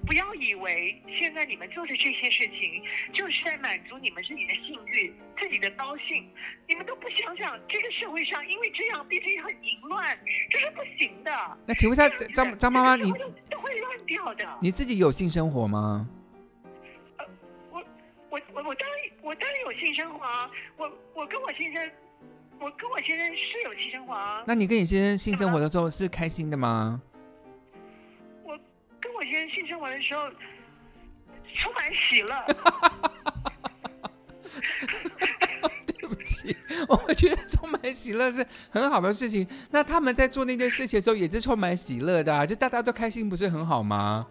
S5: 不要以为现在你们做的这些事情，就是在满足你们自己的性欲、自己的高兴。你们都不想想，这个社会上因为这样变得很淫乱，这是不行的。
S2: 那请问一下，
S5: 这样子的
S2: 张张妈妈，
S5: 这个
S2: 你
S5: 社会都都会乱掉的。
S2: 你自己有性生活吗？
S5: 我我我我当然我当然有性生活啊，我我跟我先生，我跟我先生是有性生活啊。
S2: 那你跟你先生性生活的时候是开心的吗？
S5: 我跟我先生性生活的时候，充满喜乐。
S2: 对不起， [LAUGHS] 我觉得充满喜乐是很好的事情。那他们在做那件事情的时候，也是充满喜乐的、啊，就大家都开心，不是很好吗？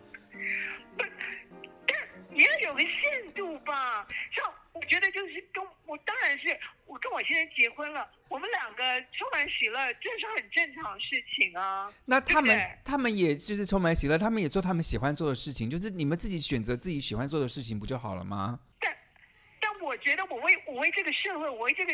S5: 也要有个限度吧。像我觉得就是跟我当然是我跟我现在结婚了，我们两个充满喜乐，这是很正常的事情啊。
S2: 那他们
S5: 对对
S2: 他们也就是充满喜乐，他们也做他们喜欢做的事情，就是你们自己选择自己喜欢做的事情不就好了吗？
S5: 但但我觉得我为我为这个社会，我为这个，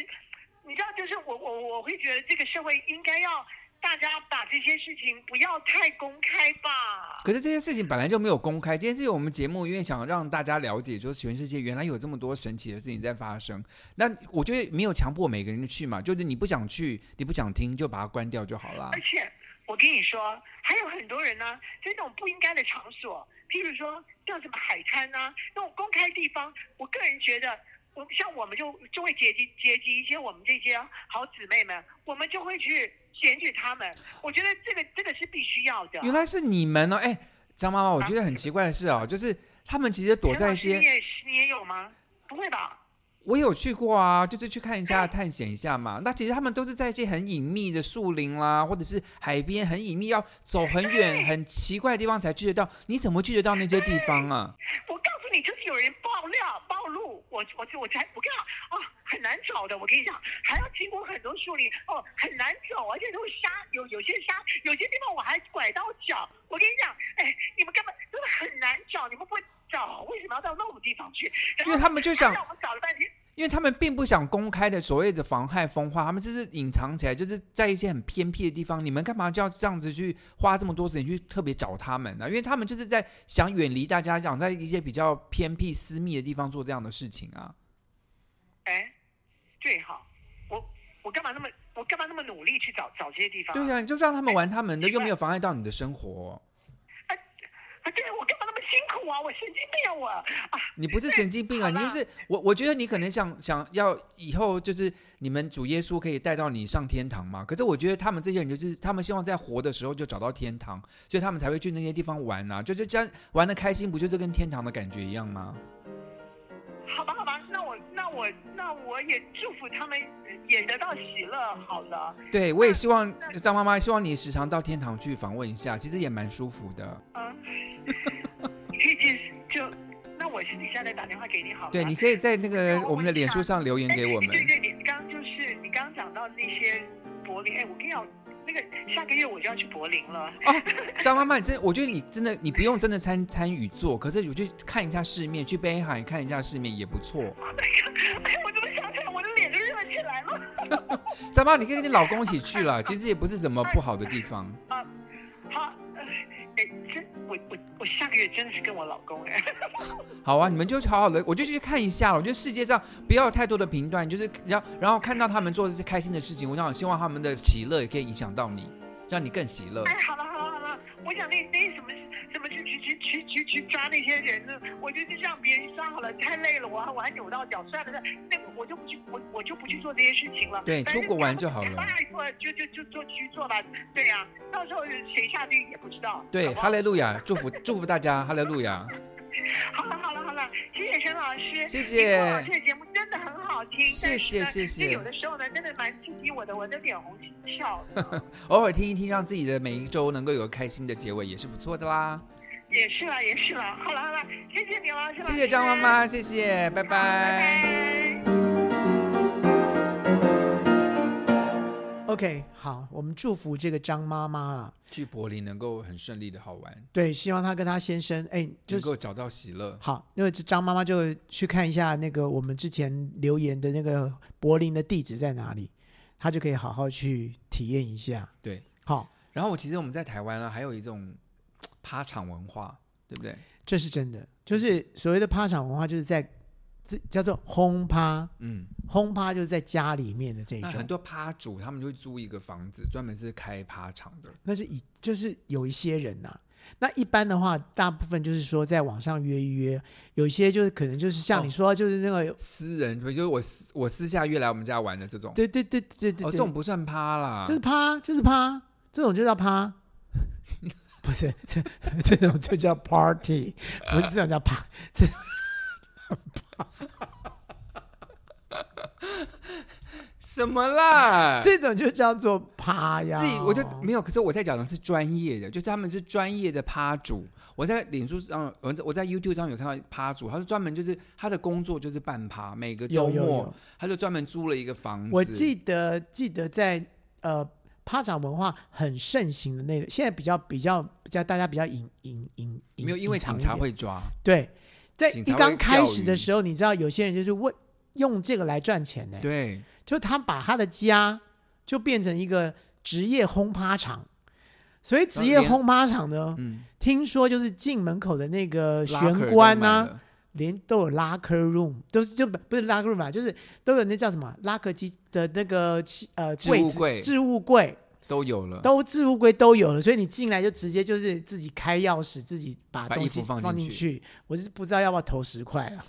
S5: 你知道，就是我我我会觉得这个社会应该要大家把这些事情不要太公开吧。
S2: 可是这些事情本来就没有公开，今天是我们节目，因为想让大家了解，就是全世界原来有这么多神奇的事情在发生。那我觉得没有强迫每个人去嘛，就是你不想去，你不想听，就把它关掉就好啦
S5: 而。且我跟你说，还有很多人呢，在那种不应该的场所，譬如说像什么海滩啊，那种公开地方，我个人觉得，我像我们就就会结集结集一些我们这些好姊妹们，我们就会去检举他们。我觉得这个这个是必须要的。
S2: 原来是你们哦，哎，张妈妈，我觉得很奇怪的是哦，就是他们其实躲
S5: 陈
S2: 在
S5: 老
S2: 一
S5: 师你
S2: 些，
S5: 也哎是你也有吗？不会吧？
S2: 我有去过啊，就是去看一下、探险一下嘛。那其实他们都是在一些很隐秘的树林啦，或者是海边很隐秘，要走很远、很奇怪的地方才去得到。你怎么去得到那些地方啊？
S5: 我告诉你，就是有人爆料暴露，我我我才我跟你讲啊，很难找的。我跟你讲，还要经过很多树林哦，很难走，而且都是沙，有有些沙，有些地方我还拐到脚。我跟你讲，哎，你们根本真的很难找，你们不会找，为什么要到那种地方去？然后
S2: 因为他们就想
S5: 让我们找了半天，
S2: 因为他们并不想公开的所谓的妨害风化，他们就是隐藏起来，就是在一些很偏僻的地方。你们干嘛就要这样子去花这么多时间去特别找他们呢、因为他们就是在想远离大家，想在一些比较偏僻私密的地方做这样的事情啊。
S5: 哎，对哈，我我干嘛那么我干嘛那么努力去找找这些地方、
S2: 对
S5: 啊，
S2: 呀、你就让他们玩他们的，又没有妨碍到你的生活。
S5: 啊，对我干嘛那么辛苦啊？我神经病啊我啊！
S2: 你不是神经病啊，
S5: 好
S2: 你
S5: 啦
S2: 就是我。我觉得你可能想想要以后就是你们主耶稣可以带到你上天堂嘛。可是我觉得他们这些人就是他们希望在活的时候就找到天堂，所以他们才会去那些地方玩啊。就就这样玩的开心，不就是跟天堂的感觉一样吗？
S5: 好吧，好吧，那我那我那我也祝福他们也得到喜乐，好了。
S2: 对，我也希望张妈妈希望你时常到天堂去访问一下，其实也蛮舒服的。 [LAUGHS]
S5: 嗯，你可以去就，那我私底下再打电话给你好了。
S2: 对，你可以在那个
S5: 那我
S2: 我们的脸书上留言
S5: 哎
S2: 给我
S5: [LAUGHS]
S2: 们。
S5: 对对，你刚刚就是你刚刚讲到那些柏林，哎，我跟你讲，那个下个月我就要去柏林了。 [LAUGHS]
S2: 张妈妈，你真，我觉得你真的，你不用真的参参与做，可是我去看一下世面，去北海看一下世面也不错。
S5: 哎，我怎么想起来，我的脸都热起来了。
S2: 张妈，你可以跟你老公一起去了，其实也不是什么不好的地方。
S5: 好，呃哎，真我我我下个月真的是跟我老公哎。
S2: 好啊，你们就好好的，我就去看一下了。我觉得世界上不要有太多的评断，就是然后然后看到他们做这些开心的事情，我想希望他们的喜乐也可以影响到你，让你更喜
S5: [LAUGHS]
S2: 乐。
S5: 哎，好了好了好了，我想那那什么什么去去去去去去抓那些人呢？我就去让别人抓好了，太累了，我还我还扭到脚，算了算了，那我就不去我我就不去做这些事情了。
S2: 对
S5: 反正
S2: 出国玩就好了
S5: 爱哎做就就就做去做吧，对呀、到时候谁下地狱也不知道。
S2: 对，
S5: 好不
S2: 哈
S5: 好
S2: 利路亚，祝福祝福大家，哈利路亚。
S5: 好了好了好了，谢谢沈老师，
S2: 谢谢
S5: 林峰老师的节目真的很好听，
S2: 谢
S5: 但是呢
S2: 谢谢
S5: 就有的时候呢，真的蛮刺激我的，我的脸红心跳的，
S2: 偶尔听一听，让自己的每一周能够有个开心的结尾，也是不错的啦。
S5: [LAUGHS] 也是啦也是啦，好了好了，谢谢你了，
S2: 谢谢张妈妈，谢谢，拜
S5: 拜拜
S1: OK，好，我们祝福这个张妈妈啦。
S2: 去柏林能够很顺利的好玩，
S1: 对，希望她跟她先生，哎，就
S2: 能够
S1: 是
S2: 找到喜乐。
S1: 好，那这张妈妈就去看一下那个我们之前留言的那个柏林的地址在哪里，她就可以好好去体验一下。
S2: 对，
S1: 好，
S2: 然后我其实我们在台湾啊，还有一种嘖趴场文化，对不对？
S1: 这是真的，就是所谓的趴场文化，就是在这叫做轰趴，
S2: 嗯，
S1: 轰趴就是在家里面的这一
S2: 那
S1: 种，
S2: 很多趴主他们就会租一个房子，专门是开趴场的。
S1: 那是以就是有一些人呐、那一般的话，大部分就是说在网上约一约，有一些就是可能就是像
S2: 哦
S1: 你说，就是那个、
S2: 私人就是我私我私下约来我们家玩的这种，
S1: 对对对对对对，
S2: 哦，这种不算趴啦，
S1: 就是趴，就是趴，这种就叫趴， [LAUGHS] 不是这这种就叫
S2: [LAUGHS]
S1: party，不是这种叫趴，这
S2: 什么啦？
S1: [LAUGHS] 这种就叫做趴呀。
S2: 啊自己我就没有，可是我在讲的是专业的，就是他们是专业的趴主。我在脸书上，我在我在 YouTube 上有看到趴主，他是专门就是他的工作就是办趴，每个
S1: 有
S2: 周末
S1: 有有
S2: 他就专门租了一个房子。
S1: 我记得记得在呃趴场文化很盛行的那个，现在比较比较比较大家比较隐隐隐隐
S2: 没有，因为
S1: 隐藏
S2: 警
S1: 一
S2: 察
S1: 点
S2: 会抓，
S1: 对，在
S2: 警
S1: 一
S2: 察会
S1: 刚
S2: 钓
S1: 开始
S2: 鱼
S1: 的时候，你知道有些人就是为用这个来赚钱呢，
S2: 对，
S1: 就他把他的家就变成一个职业轰趴场，所以职业
S2: 然后连
S1: 轰趴场呢，
S2: 嗯，
S1: 听说就是进门口的那个
S2: 嗯拉客
S1: 玄
S2: 都
S1: 关
S2: 满
S1: 啊，
S2: 了，
S1: 连都有拉 o room，都是就不不是拉 o room 啊，就是都有那叫什么拉客机的那个器呃
S2: 置
S1: 柜
S2: 物
S1: 子
S2: 柜嗯
S1: 置物柜，
S2: 都有了，
S1: 都置物柜都有了，所以你进来就直接就是自己开钥匙，自己把
S2: 把
S1: 东
S2: 衣
S1: 西
S2: 服放
S1: 放
S2: 进
S1: 进去。我是不知道要不要投十块啊了。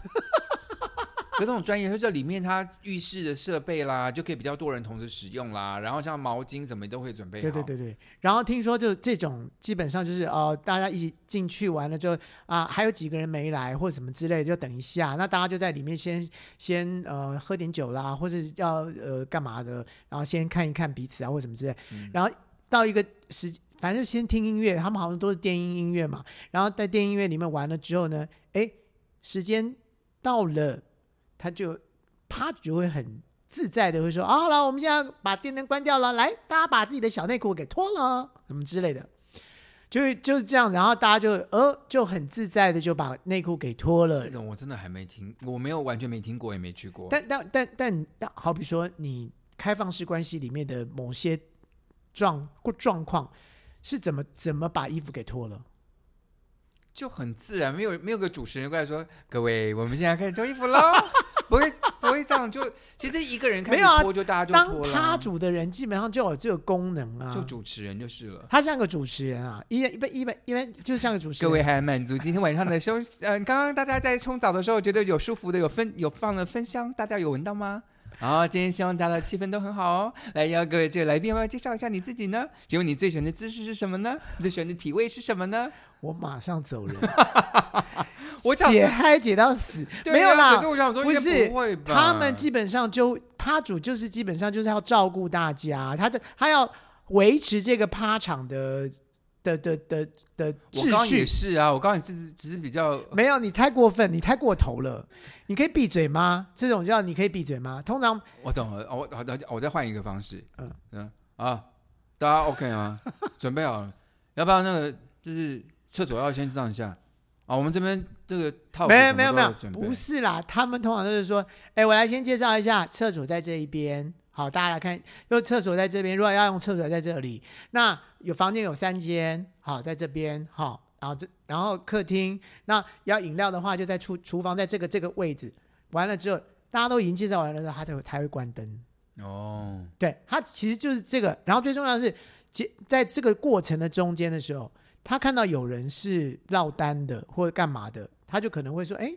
S2: 可那种专业，它这里面它浴室的设备啦，就可以比较多人同时使用啦。然后像毛巾什么都会准备好。
S1: 对对对对。然后听说就这种基本上就是哦、呃大家一起进去完了之后啊、还有几个人没来或者什么之类的，就等一下。那大家就在里面先先呃喝点酒啦，或是要呃干嘛的，然后先看一看彼此啊或什么之类。
S2: 嗯
S1: 然后到一个时，反正就先听音乐，他们好像都是电音音乐嘛。然后在电音乐里面完了之后呢，哎，时间到了，他就啪就会很自在的会说：“啊，好了，我们现在把电灯关掉了，来，大家把自己的小内裤给脱了，什么之类的。”就会就是这样，然后大家就呃就很自在的就把内裤给脱了
S2: 这，种我真的还没听，我没有完全没听过，也没去过。
S1: 但但但但但，好比说你开放式关系里面的某些状状况是怎么怎么把衣服给脱了？
S2: 就很自然，没有没有个主持人过来说：“各位，我们现在开始脱衣服喽。” [LAUGHS] 不会不会这样，就其实一个人开始
S1: 没有啊
S2: 脱，就大家就
S1: 当
S2: 脱了
S1: 他
S2: 啊。
S1: 主的人基本上就有这个功能啊，
S2: 就主持人就是了。
S1: 他像个主持人啊，一般一般一般就像个主持
S2: 各
S1: 人。
S2: 位还满足今天晚上的休息，呃，刚刚大家在冲澡的时候觉得有舒服的，有分有放了芬香，大家有闻到吗？然后今天希望大家的气氛都很好哦。来，要各位这个来宾，要不要介绍一下你自己呢？请问你最喜欢的姿势是什么呢？你最喜欢的体位是什么呢？
S1: 我马上走人，
S2: [LAUGHS] 我想
S1: 解嗨解到死，
S2: 对啊
S1: 没有
S2: 可
S1: 啦
S2: 是，我想说，
S1: 不
S2: 应该
S1: 是
S2: 不会吧？
S1: 他们基本上就趴主就是基本上就是要照顾大家，他的他要维持这个趴场的的的的的
S2: 我刚
S1: 秩
S2: 刚
S1: 序。
S2: 也是啊，我刚刚也是只是比较
S1: 没有，你太过分，你太过头了。你可以闭嘴吗？这种叫你可以闭嘴吗？通常
S2: 我懂了，哦我好的，我再换一个方式，嗯
S1: 嗯
S2: 啊，大家 OK 吗？ [LAUGHS] 准备好了，要不要那个就是厕所要先上一下啊？我们这边这个套子
S1: 没有
S2: 什么
S1: 没有
S2: 都
S1: 没
S2: 要
S1: 有，
S2: 准备
S1: 不是啦，他们通常都是说，哎，我来先介绍一下，厕所在这一边。好，大家来看，就厕所在这边。如果要用厕所在这里，那有房间有三间，好，在这边，好，然后这然后客厅，那要饮料的话就在厨厨房，在这个这个位置。完了之后，大家都已经介绍完了之后，他才会才会关灯。
S2: 哦，
S1: 对，它其实就是这个。然后最重要的是，其在这个过程的中间的时候，他看到有人是落单的或者干嘛的，他就可能会说：“哎，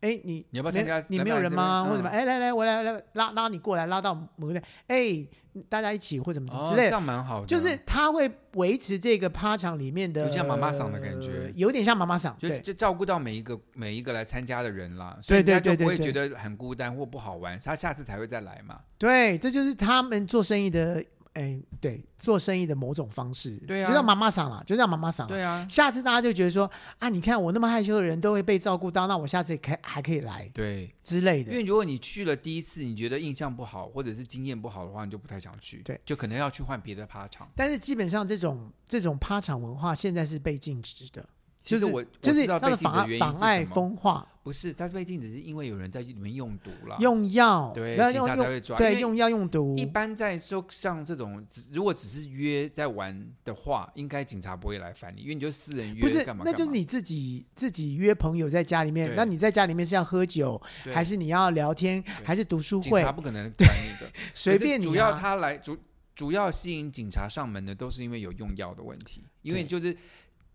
S1: 哎，你
S2: 你要不
S1: 没
S2: 要参加
S1: 你
S2: 来
S1: 没有
S2: 吧来
S1: 人
S2: 这
S1: 吗？或
S2: 边
S1: 者什么？
S2: 嗯
S1: 哎，来来，我来来拉拉你过来，拉到某个地方，哎，大家一起或者什么什
S2: 哦
S1: 么之
S2: 这
S1: 类的。
S2: 样蛮好的，
S1: 就是他会维持这个趴场里面的，
S2: 有像妈妈嗓的感觉
S1: 呃有点像妈妈嗓，
S2: 就
S1: 对，
S2: 就照顾到每一个每一个来参加的人啦，所以
S1: 对
S2: 人家
S1: 对
S2: 就不
S1: 对
S2: 会觉
S1: 对
S2: 得很孤单或不好玩，他下次才会再来嘛。
S1: 对，这就是他们做生意的，哎，对，做生意的某种方式，
S2: 对啊
S1: 就叫妈妈嗓啦，就叫妈妈嗓啦，
S2: 对啊，
S1: 下次大家就觉得说啊，你看我那么害羞的人都会被照顾到，那我下次也可还可以来
S2: 对，
S1: 之类
S2: 因
S1: 的。
S2: 为如果你去了第一次，你觉得印象不好或者是经验不好的话，你就不太想去，
S1: 对，
S2: 就可能要去换别的趴场。
S1: 但是基本上这种这种趴场文化现在是被禁止的，
S2: 其
S1: 就
S2: 实
S1: 是
S2: 我
S1: 就
S2: 我
S1: 是
S2: 知道
S1: 它
S2: 被
S1: 的
S2: 禁
S1: 妨
S2: 止的原
S1: 碍
S2: 因
S1: 妨
S2: 是
S1: 碍
S2: 什么
S1: 风化，
S2: 不是，它被禁止是因为有人在里面用毒了。
S1: 用药
S2: 啊对
S1: 然后
S2: 警察
S1: 用
S2: 才会
S1: 用
S2: 抓因
S1: 对
S2: 为
S1: 用药用毒
S2: 一，般在说像这种，只如果只是约在玩的话，应该警察不会来烦你，因为你就私人约
S1: 不是
S2: 干嘛？
S1: 那就是你自己自己约朋友在家里面
S2: 对，
S1: 那你在家里面是要喝酒，
S2: 对
S1: 还是你要聊天，还是读书
S2: 警
S1: 会
S2: 察，不可能管你的，
S1: [LAUGHS] 随便
S2: 可
S1: 你
S2: 是
S1: 啊。
S2: 主要他来主主要吸引警察上门的，都是因为有用药的问题，因为
S1: 对
S2: 就是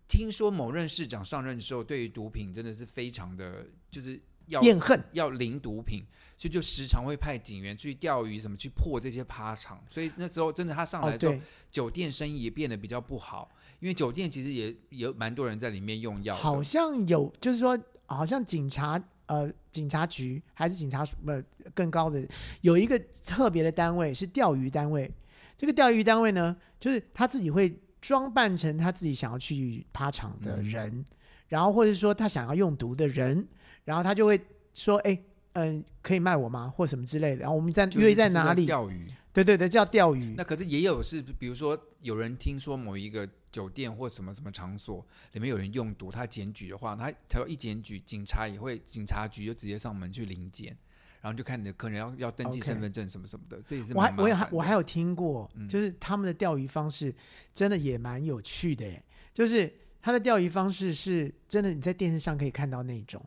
S2: 听说某任市长上任的时候，对于毒品真的是非常的，就是要
S1: 厌恨，
S2: 要零毒品，所以就时常会派警员去钓鱼，什么去破这些趴场。所以那时候真的他上
S1: 哦
S2: 来之后，
S1: 对，
S2: 酒店生意也变得比较不好，因为酒店其实也也有蛮多人在里面用药的。
S1: 好像有，就是说，好像警察呃，警察局还是警察署呃更高的有一个特别的单位是钓鱼单位。这个钓鱼单位呢，就是他自己会装扮成他自己想要去趴场的
S2: 嗯
S1: 人，然后或者说他想要用毒的人，然后他就会说：“哎，嗯、可以卖我吗？或什么之类的。”然后我们在
S2: 就是
S1: 约在
S2: 这叫
S1: 哪里？
S2: 钓鱼。
S1: 对对对，叫钓鱼
S2: 那。可是也有是，比如说有人听说某一个酒店或什么什么场所里面有人用毒，他检举的话，他他一检举，警察也会警察局就直接上门去临检，然后就看你的客人要要登记
S1: OK
S2: 身份证什么什么的，这也是
S1: 我还
S2: 蛮麻
S1: 我有
S2: 烦的
S1: 我还有听过，
S2: 嗯
S1: 就是他们的钓鱼方式真的也蛮有趣的耶，就是他的钓鱼方式是真的你在电视上可以看到那种，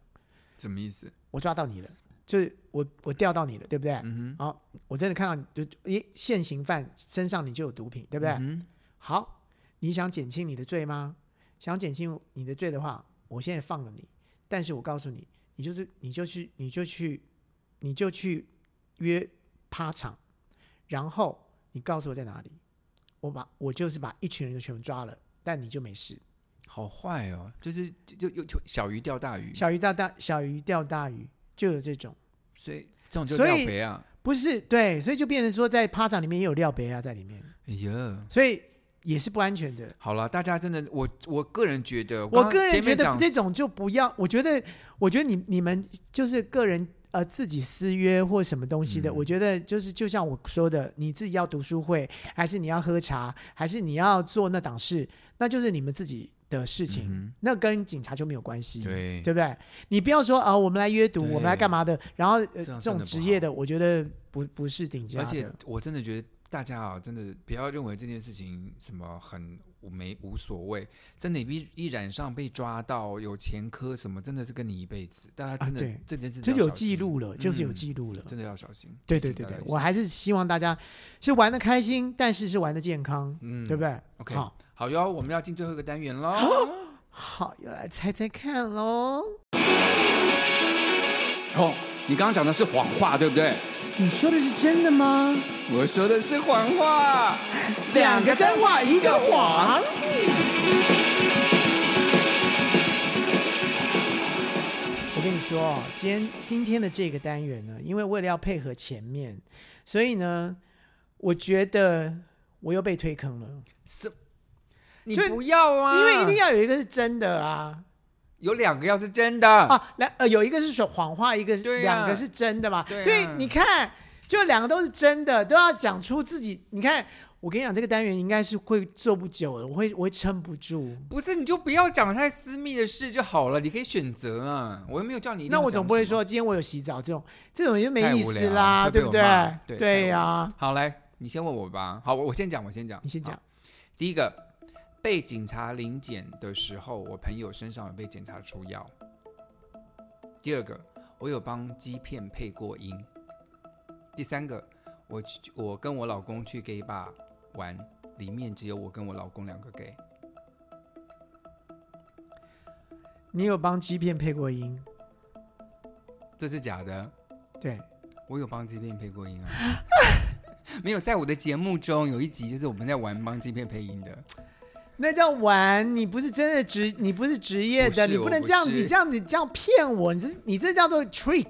S2: 什么意思？
S1: 我抓到你了，就是我我钓到你了，对不对？
S2: 嗯哼，
S1: 好，我真的看到你就诶，现行犯身上你就有毒品，对不对？
S2: 嗯
S1: 好，你想减轻你的罪吗？想减轻你的罪的话，我现在放了你，但是我告诉你，你就是你就去你就去你就去约趴场，然后你告诉我在哪里，我把我就是把一群人就全部抓了，但你就没事。
S2: 哼，好坏哦，就是就就就就小鱼钓大鱼，
S1: 小鱼钓大小鱼钓大鱼就有这种，
S2: 所以这种就
S1: 所
S2: 钓
S1: 以
S2: 肥啊，
S1: 不是对，所以就变成说在趴场里面也有廖北亚在里面，
S2: 哎呀。
S1: 所以也是不安全的。
S2: 好了，大家真的，我我个人觉得，
S1: 我
S2: 刚
S1: 个人
S2: 前
S1: 觉
S2: 面
S1: 得
S2: 讲
S1: 这种就不要，我觉得，我觉得你你们就是个人呃自己私约或什么东西的，
S2: 嗯
S1: 我觉得就是就像我说的，你自己要读书会，还是你要喝茶，还是你要做那档事，那就是你们自己的事情，
S2: 嗯
S1: 那跟警察就没有关系，
S2: 对
S1: 不对？你不要说啊、我们来约读，
S2: 对
S1: 我们来干嘛的，然后呃
S2: 这样真的
S1: 种
S2: 不
S1: 职业
S2: 好
S1: 的，我觉得不不是顶尖
S2: 而
S1: 的，
S2: 且我真的觉得大家啊，真的不要认为这件事情什么很无没无所谓，真的一一染上被抓到有前科什么，真的是跟你一辈子。大家真
S1: 啊
S2: 的、
S1: 对
S2: 这件事
S1: 这
S2: 要
S1: 有
S2: 小
S1: 记
S2: 心
S1: 录了，就是有
S2: 嗯
S1: 记录了。
S2: 真的要小心。
S1: 对对
S2: 提醒
S1: 对
S2: 大
S1: 对
S2: 家，一
S1: 我
S2: 下
S1: 还是希望大家是玩的开心，但是是玩的健康，
S2: 嗯
S1: 对不对
S2: OK
S1: 好，
S2: 好哟，我们要进最后一个单
S1: [LAUGHS]
S2: 元 [LAUGHS] 喽。
S1: 好，又来猜猜看喽。
S6: 哦，你刚刚讲的是谎话，对不对？
S1: 你说的是真的吗？
S6: 我说的是谎
S2: [LAUGHS]
S6: 话，
S3: 两个真话一个谎。
S1: 我跟你说哦，今天今天的这个单元呢，因为为了要配合前面，所以呢，我觉得我又被推坑了，
S2: 是，你
S1: 就
S2: 不要啊，
S1: 因为一定要有一个是真的啊。
S2: 有两个要是真的，
S1: 啊，来呃，有一个是说谎话，一个是、
S2: 对呀
S1: 两个是真的嘛？
S2: 对呀
S1: 你看，就两个都是真的，都要讲出自己。你看，我跟你讲，这个单元应该是会做不久了，我会我会撑不住。
S2: 不是你就不要讲太私密的事就好了，你可以选择啊。我又没有叫你一定
S1: 那
S2: 要讲什么，
S1: 我总不会说今天我有洗澡这种，这种就
S2: 太
S1: 没意
S2: 无
S1: 思
S2: 聊
S1: 啦，
S2: 会被
S1: 对不
S2: 我
S1: 对
S2: 骂？对
S1: 对呀、
S2: 好，来，你先问我吧。好，我我先讲，我先讲，
S1: 你先讲
S2: 好。第一个，被警察临检的时候，我朋友身上有被检查出药。第二个，我有帮鸡片配过音。第三个，我去我跟我老公去 gay bar 玩，里面只有我跟我老公两个 gay。
S1: 你有帮鸡片配过音？
S2: 这是假的，
S1: 对，
S2: 我有帮鸡片配过音啊。 [LAUGHS] 没有，在我的节目中有一集就是我们在玩帮鸡片配音的。
S1: 那叫玩，你不是真的职，你不是职业的，
S2: 不是
S1: 你
S2: 我
S1: 能
S2: 不
S1: 这样，
S2: 是
S1: 你这样子这样骗我，你这你这叫做 trick，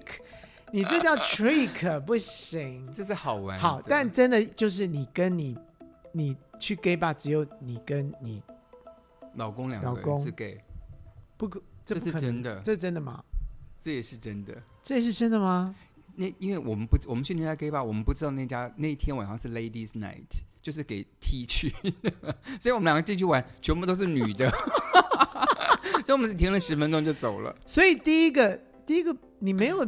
S1: 你这叫 trick，不行。
S2: 这是好玩的。
S1: 好，但真的就是你跟你你去 gay bar，只有你跟你
S2: 老公两
S1: 老
S2: 个人
S1: 公
S2: 是 gay，
S1: 不可，这
S2: 这
S1: 不
S2: 是
S1: 可能
S2: 真的
S1: 这是真的吗？
S2: 这也是真的。
S1: 这是真的吗？
S2: 那因为我们不，我们去那家 gay bar，我们不知道那家那一天晚上是 ladies night，就是给 [LAUGHS] T 去的，所以我们两个进去玩，全部都是女的， [LAUGHS] 所以我们只停了十分钟就走了。
S1: 所以第一个第一个你没有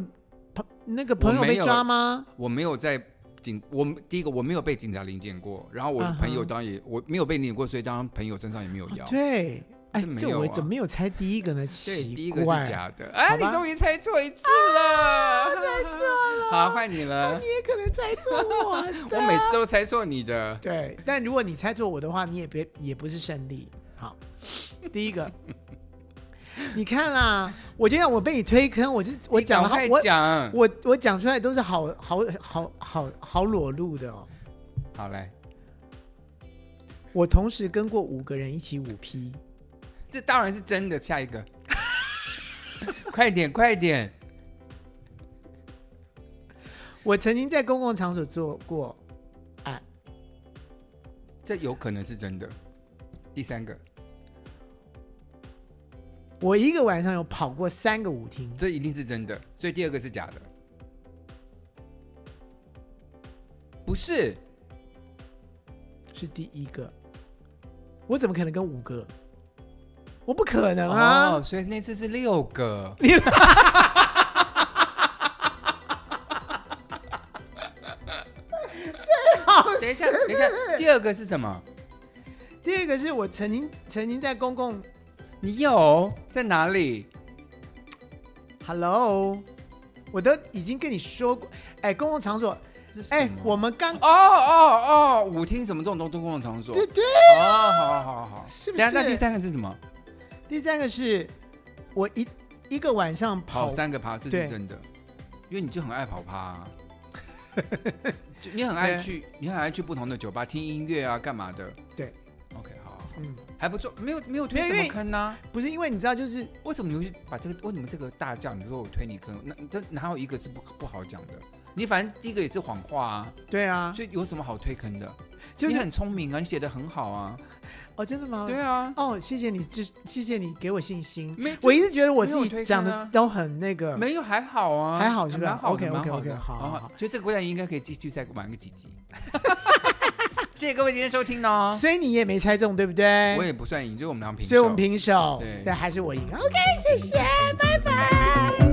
S1: 朋那个朋友
S2: 我没
S1: 被
S2: 有
S1: 抓吗？
S2: 我没有在警，我第一个我没有被警察临检过，然后我的朋友
S1: 嗯哼
S2: 当然也、我没有被临检过，所以当然朋友身上也没有药。
S1: 啊对，哎，
S2: 这没
S1: 这
S2: 有
S1: 我
S2: 啊
S1: 怎么没有猜第一个呢？
S2: 对，
S1: 奇
S2: 第一个
S1: 怪，
S2: 是假的。哎、
S1: 好
S2: 你
S1: 吧啊
S2: 终于猜错一次了，猜错了。好，换你了
S1: 你。也可能猜错
S2: [LAUGHS]
S1: 我的。
S2: 我每次都猜错你的。
S1: 对，但如果你猜错我的话，你也别也不是胜利。好，第一个，你看啦，我就让我被你推坑，我就是我
S2: 你
S1: 讲了
S2: 赶
S1: 好
S2: 快
S1: 我
S2: 讲，
S1: 我我讲出来都是好好好好好裸露的哦。
S2: 好来，
S1: 我同时跟过五个人一起五 P，
S2: 这当然是真的。下一个，快点，快点！
S1: 我曾经在公共场所做过爱，
S2: 这有可能是真的。第三个，
S1: 我一个晚上有跑过三个舞厅，
S2: 这一定是真的，所以第二个是假的。不是，
S1: 是第一个。我怎么可能跟五个？我不可能啊！ [LAUGHS]
S2: 哦，所以那次是六个。等一下，第二个是什么？
S1: 第二个是我曾经曾经在公共
S2: 你有在哪里？
S1: Hello，我都已经跟你说过，哎，公共场所，
S2: 这是
S1: 哎
S2: 什么，
S1: 我们刚
S2: 哦哦哦，舞厅什么这种都都公共场所。
S1: 对对，
S2: 哦，好好好好。
S1: 是不
S2: 等一下，那
S1: 是
S2: 第三个是什么？
S1: 第三个是我一一个晚上跑
S2: 跑三个趴，这
S1: 对
S2: 是真的，因为你就很爱跑
S1: [LAUGHS]
S2: 趴、啊，就你很爱
S1: 对
S2: 去，你很爱去不同的酒吧听音乐啊，干嘛的？
S1: 对
S2: ，OK，好好，好
S1: 嗯，
S2: 还不错，没有没有
S1: 没
S2: 推
S1: 有
S2: 什
S1: 因为
S2: 么坑呐、
S1: 不是因为你知道，就是
S2: 为什么你会把这个？为什么这个大将？你说我推你坑，那这哪有一个是不不好讲的？你反正第一个也是谎话啊，
S1: 对啊，
S2: 所以有什么好推坑的？
S1: 就
S2: 你
S1: 是
S2: 很聪明啊，你写的很好啊，
S1: 哦，真的吗？
S2: 对啊，
S1: 哦，谢谢你，支谢谢你给我信心。
S2: 没
S1: 我一直觉得我自
S2: 没有
S1: 己
S2: 推
S1: 讲
S2: 坑啊
S1: 的都很那个，
S2: 没有还好啊，
S1: 嗯还好是不是
S2: 蛮好的
S1: OK，OK，OK，
S2: 蛮好的
S1: 好好
S2: 蛮
S1: 好
S2: 所以这个国家应该可以继续再玩个
S1: [LAUGHS]
S2: 几集。谢谢各位今天收听哦。
S1: 所以你也没猜中，对不对
S2: 我？也不算赢，就是我们俩平手。
S1: 所以我们平手，
S2: 对
S1: 但还是我赢。OK，谢谢，拜拜。